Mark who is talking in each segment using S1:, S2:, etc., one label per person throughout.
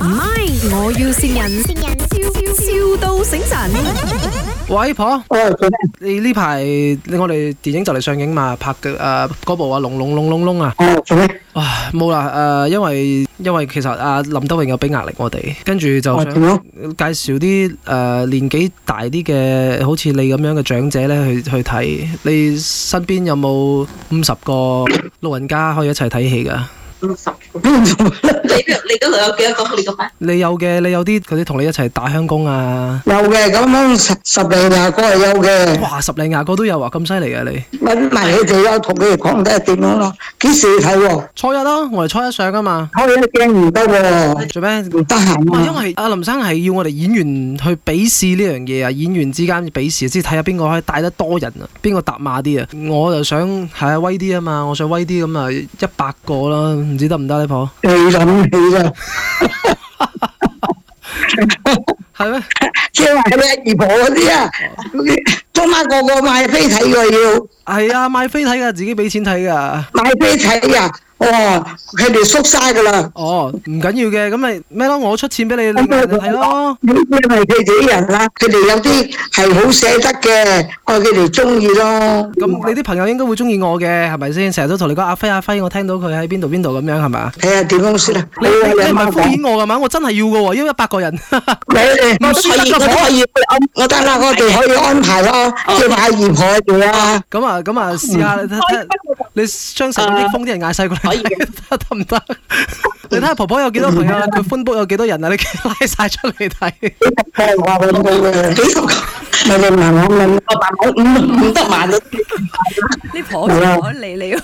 S1: 唔係，我要善人，笑笑到醒神。
S2: 喂，婆，
S3: 哦，做咩？
S2: 你呢排我哋電影就嚟上映嘛，拍嘅誒嗰部啊《龍龍龍龍龍》啊，
S3: 哦，做咩？
S2: 哇冇啦誒，呃因為因為其實阿林德榮有俾壓力我哋，跟住就
S3: 哦，
S2: 想
S3: 點樣？
S2: 介紹啲誒、呃年紀大啲嘅，好似你咁樣嘅長者咧去去睇。你身邊有冇五十個老人家可以一齊睇戲㗎？
S3: 五十唔做 啦
S4: 你邊度你嗰度有幾多個？你個班
S2: 你有嘅，你有啲嗰啲同你一齊打香工啊！
S3: 有嘅，咁樣十十零廿個係有嘅，
S2: 哇，十零廿個都有啊，咁犀利嘅你！
S3: 問埋佢哋有同佢哋講睇下點樣咯。幾時睇喎？
S2: 初一啦，我哋初一上噶嘛，
S3: 開一驚唔得喎，
S2: 做咩？
S3: 唔得
S2: 唔係因
S3: 閒啊！
S2: 為阿林生係要我哋演員去比試呢樣嘢啊，演員之間比試，即係睇下邊個可以帶得多人啊，邊個搭馬啲啊。我就想係啊威啲啊嘛，我想威啲咁啊，一百個啦，唔知得唔得呢？婆
S3: 你諗起啦，
S2: 係咩？
S3: 即係話你二婆嗰啲啊，中媽個個買飛睇喎要。
S2: 係啊，買飛睇㗎，自己俾錢睇㗎。
S3: 買飛睇啊！哦，佢哋縮晒噶啦，
S2: 哦，唔緊要嘅，咁咪咩咯？我出錢 俾你，你咪睇咯。
S3: 因為佢哋啲人啦，佢哋有啲係好捨得嘅，我佢哋中意咯。
S2: 咁你啲朋友應該會中意我嘅，係咪先？成日都同你講阿輝阿輝，我聽到佢喺邊度邊度咁樣係咪啊？
S3: 睇下點樣先啦。
S2: 你
S3: 你話
S2: 你
S3: 你
S2: 你唔係啊
S3: 媽
S2: 敷
S3: 講，
S2: 衍我㗎嘛？我真係要嘅喎，因為一百個人。
S3: 你
S2: 唔
S3: 我
S2: 輸得
S3: 可以，
S2: 㗎
S3: 我都
S2: 婆
S3: 可以，我得啦，我哋可以安排咯，要買二婆嘅啊。
S2: 咁啊，咁啊，試下你睇睇，你將成個益豐啲人嗌晒過嚟，睇得唔得？你睇下婆婆有幾多朋友啊？佢歡 book 有幾多人啊？你 拉晒出嚟睇，
S3: 幾十個我揾到嘅，幾十個。你哋問我問
S4: 個班
S3: "Ừ,
S4: 我五五得萬都
S5: 呢婆婆嚟嚟，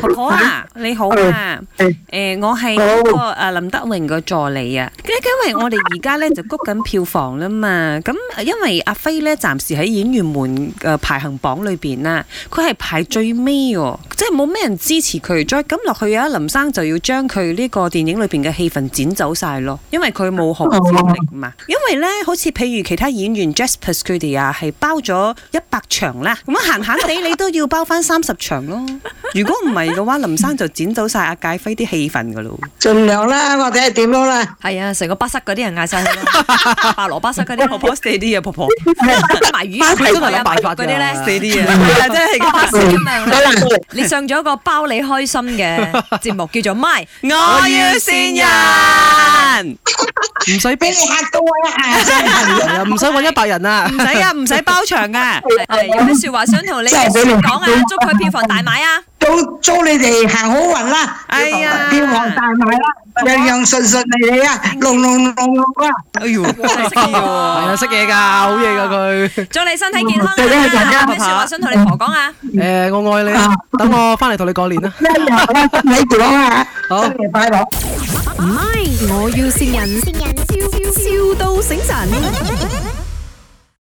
S5: 婆婆啊，你好啊，
S3: 嗯
S5: 诶、我係嗰個啊林德榮個助理啊，因因為我哋而家咧就谷緊票房啦嘛，咁因為阿輝咧暫時喺演員們嘅排行榜裏邊啊啦，佢係排最尾喎，即係冇咩人支持佢，再咁落去啊，林生就要將佢呢個電影裏邊嘅戲份剪走晒咯，因為佢冇紅戰力嘛，因為咧好似譬如其他演員 Jasper 佢哋啊係包咗一百場啦，咁啊閒閒地你都要包翻三十場咯。如果唔係嘅話，林生就剪走晒阿介輝啲氣氛噶咯。
S3: 盡量啦，我睇下點樣啦。
S6: 係啊，成個巴塞嗰啲人嗌晒佢咯，白羅巴塞嗰啲婆婆死啲啊，婆婆埋魚
S2: 佢真係
S6: 菜
S2: 諗
S6: 啊
S2: 辦
S6: 白
S2: 法
S6: 肉嗰啲咧
S2: 㗎
S6: 死啲啊，係啊，真係巴士咁樣
S3: 好
S6: 啦。
S3: 啦。
S6: 你上咗個包你開心嘅節目叫做 My，
S5: 我要善人，
S2: 唔使
S3: 俾你嚇到我一下真係
S2: 係啊，唔使揾一百人啊
S5: 唔！使啊，唔使包場啊。
S6: 係有咩説話想同你
S3: 真係俾你
S6: 講啊？祝佢票房大賣啊！
S3: 祝祝你哋行好運啦！
S5: 哎呀
S3: 票房大賣啦，樣樣順順利利啊，龍龍龍龍啊！
S5: 哎呦，真係識嘢
S2: 係
S5: 喎
S2: 啊，識嘢㗎，好嘢㗎佢。
S6: 祝你身體健康啊！
S3: 最緊要大家
S6: 有咩説話想同你婆講啊？
S5: 嗯
S2: 誒，我愛你啊，等我翻嚟同你過年啦。啊
S3: 一日啦，身體健康啊，
S2: 好
S3: 新年快樂！
S1: 唔係，我要善人，笑笑到醒神。